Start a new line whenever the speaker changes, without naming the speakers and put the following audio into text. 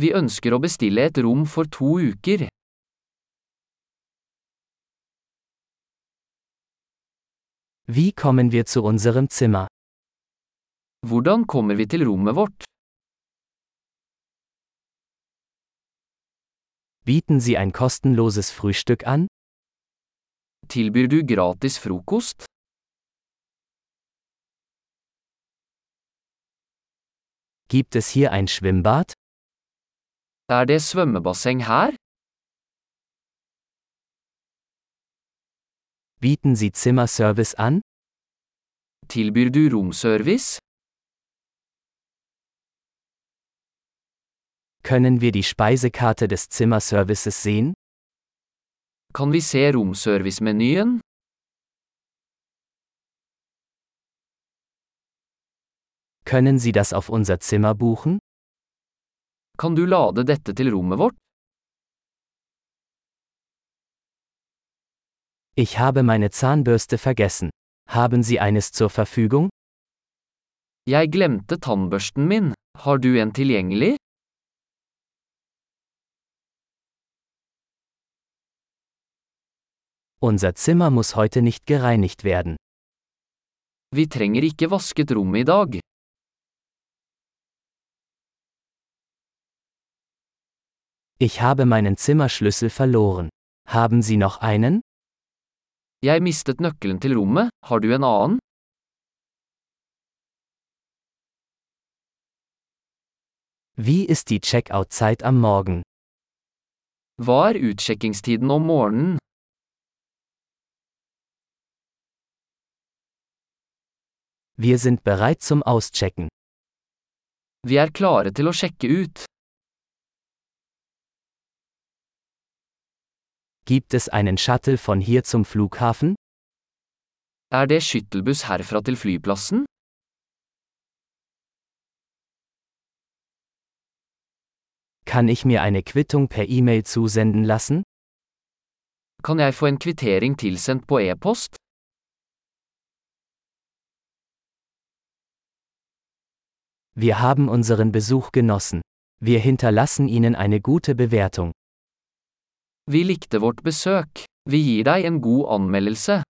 Vi ønsker å bestille et rom for to uker.
Wie kommen wir zu unserem Zimmer?
Hvordan kommer vi til rommet vårt?
Bieten Sie ein kostenloses Frühstück an?
Tilbyr du gratis frokost?
Gibt es hier ein Schwimmbad?
Er det svømmebasseng her?
Bieten Sie Zimmerservice an?
Tilbyr du romservice?
Können wir die Speisekarte des Zimmerservices sehen?
Kan vi se romservice-menyen?
Können Sie das auf unser Zimmer buchen?
Kan du lade dette til rommet vårt?
Ich habe meine Zahnbürste vergessen. Haben Sie eines zur Verfügung?
Jeg glemte tannbørsten min. Har du en tilgjengelig?
Unser Zimmer muss heute nicht gereinigt werden.
Vi trenger ikke vasket rommet i dag.
Ich habe meinen Zimmerschlüssel verloren. Haben Sie noch einen?
Jeg mistet nøkkelen til rommet, har du en annen?
Wie ist die Checkout-Zeit am Morgen?
Hva er utsjekkingstiden om morgenen?
Wir sind bereit zum Auschecken.
Vi er klare til å sjekke ut.
Gibt es einen Shuttle von hier zum Flughafen?
Er det skyttelbuss herfra til flyplassen?
Kann ich mir eine Quittung per E-Mail zusenden lassen?
Kan jeg få en kvittering tilsendt på e-post?
Wir haben unseren Besuch genossen. Wir hinterlassen Ihnen eine gute Bewertung.
Vi likte vårt besøk. Vi gir deg en god anmeldelse.